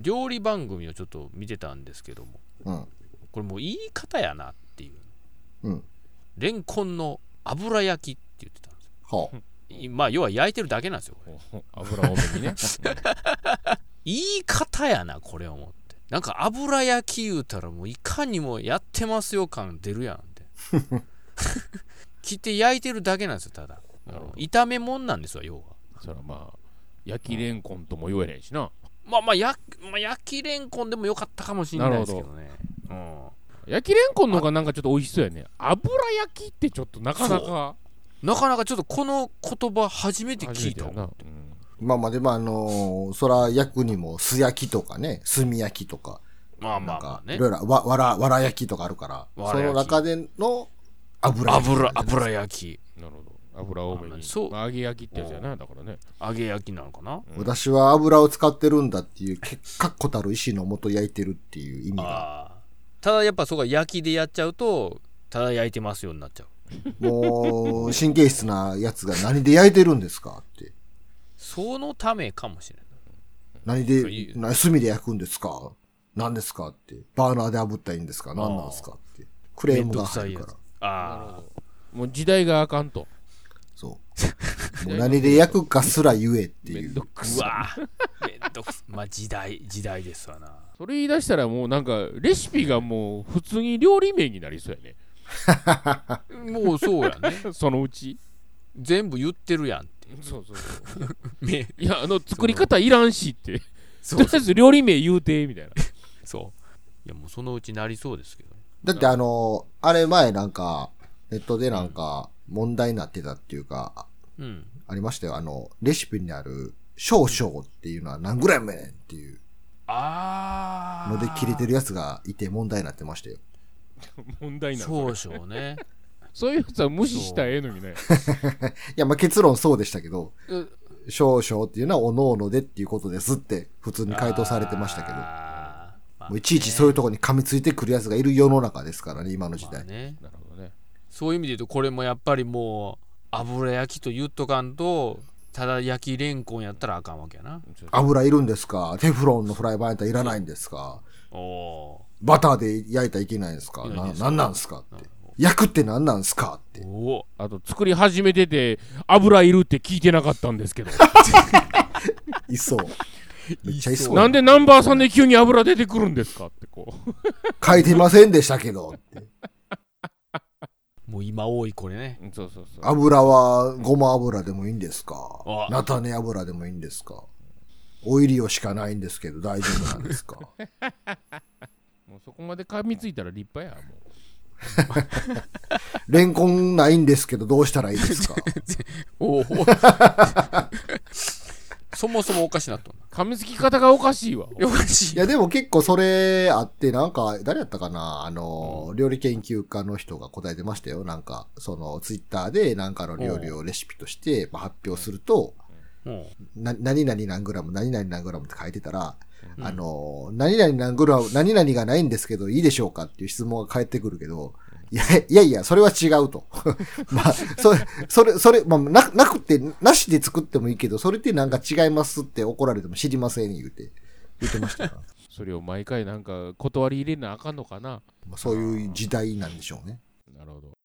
料理番組をちょっと見てたんですけどもうん。これもう言い方やなっていううん。レンコンの油焼きって言ってたんですよはあ。いまあ要は焼いてるだけなんですよこれ 油多めにね。 言い方やなこれ思ってなんか油焼き言うたらもういかにもやってますよ感出るやんって 切って焼いてるだけなんですよただなるほど炒めもんなんですわ要はそらまあ、焼きレンコンとも言えへんしな。まあまあや、まあ、焼きレンコンでもよかったかもしれないですけどねうん焼きレンコンの方がなんかちょっと美味しそうやね。油焼きってちょっとなかなかなかなかちょっとこの言葉初めて初聞めいてたやわな。うんまあまあ、でもあのー、そら焼くにも素焼きとかね、炭焼きとか、まあまなあんまかあ、いねろいろ、わ、わら、わら焼きとかあるから、わそら焼きの中での油焼き。油油焼きなるほど。油多めあまあに。そうまあ揚げ焼きってやつやな。だからね。揚げ焼きなのかな私は油を使ってるんだっていう、結果、こたる石のもと焼いてるっていう意味が、あーただやっぱそこは焼きでやっちゃうとただ焼いてますようになっちゃうもう、神経質なやつが何で焼いてるんですかって。そのためかもしれない何そうでい、うな炭で焼くんですか何ですかって。バーナーで炙ったらいいんですか何なんですかって。クレームが入るかめんどくさいやら。あもう時代があかんと。そう。もう何で焼くかすら言えってめいんうど。くあさうわ ーめんどくさまあ時代時代ですわなそれ言い出したらもうなんかレシピがもう普通に料理名になりそうやね。もう そうやねそのうち。 全部言ってるやんってそうそうそう。 めいや、あの作り方いらんしって。そとりうあえず料理名言うてみたいな。そういやもうそのうちなりそうですけどねだってあの、あれ前なんか、ネットでなんか問題になってたっていうか、あうんありましたよ。あの、レシピにある少々っていうのは何グラムやねんっていうああので切れてるやつがいて問題になってましたよ。問題なの。少々 ねそういうやつは無視したらええのにね。いや、まあ、結論そうでしたけど、う少々っていうのはおのおのでっていうことですって普通に回答されてましたけど。あーまあもういちいちそういうとこに噛みついてくるやつがいる世の中ですからね、今の時まあ代。ねなるほどね。そういう意味で言うとこれもやっぱりもう油焼きと言っとかんとただ焼きレンコンやったらあかんわけやな油いるんですかテフロンのフライパンやったらいらないんですかおおバターで焼いたらいけないんですかいやいいなですよなんなんですかって。焼くってなんなんですかっーて。おおあと作り始めてて油いるって聞いてなかったんですけど いそう。めっちゃいそう。なんでナンバーさんで急に油出てくるんですかってこう書いてませんでしたけどって。もう今多いこれねそうそうそう油はごま油でもいいんですかあ菜種油でもいいんですかオイリオしかないんですけど大丈夫なんですかもうそこまで噛みついたら立派やもうレンコンないんですけどどうしたらいい ですかおお そもそもおかしなっとんな噛みつき方がおかしいわおかしいやでも結構それあってなんか誰やったかなあの、料理研究家の人が答えてましたよなんかそのツイッターでなんかの料理をレシピとしてまあ発表すると、うんな何々何グラム、何々何グラムって書いてたら、うんあの、何々何グラム、何々がないんですけど、いいでしょうかっていう質問が返ってくるけど、いやいやいや、それは違うと。 まあ、それ、それ、それ、まあ、な、なくて、なしで作ってもいいけど、それってなんか違いますって怒られても知りません、言うて、言ってましたから。それを毎回なんか断り入れなあかんのかなまあそういう時代なんでしょうね。なるほど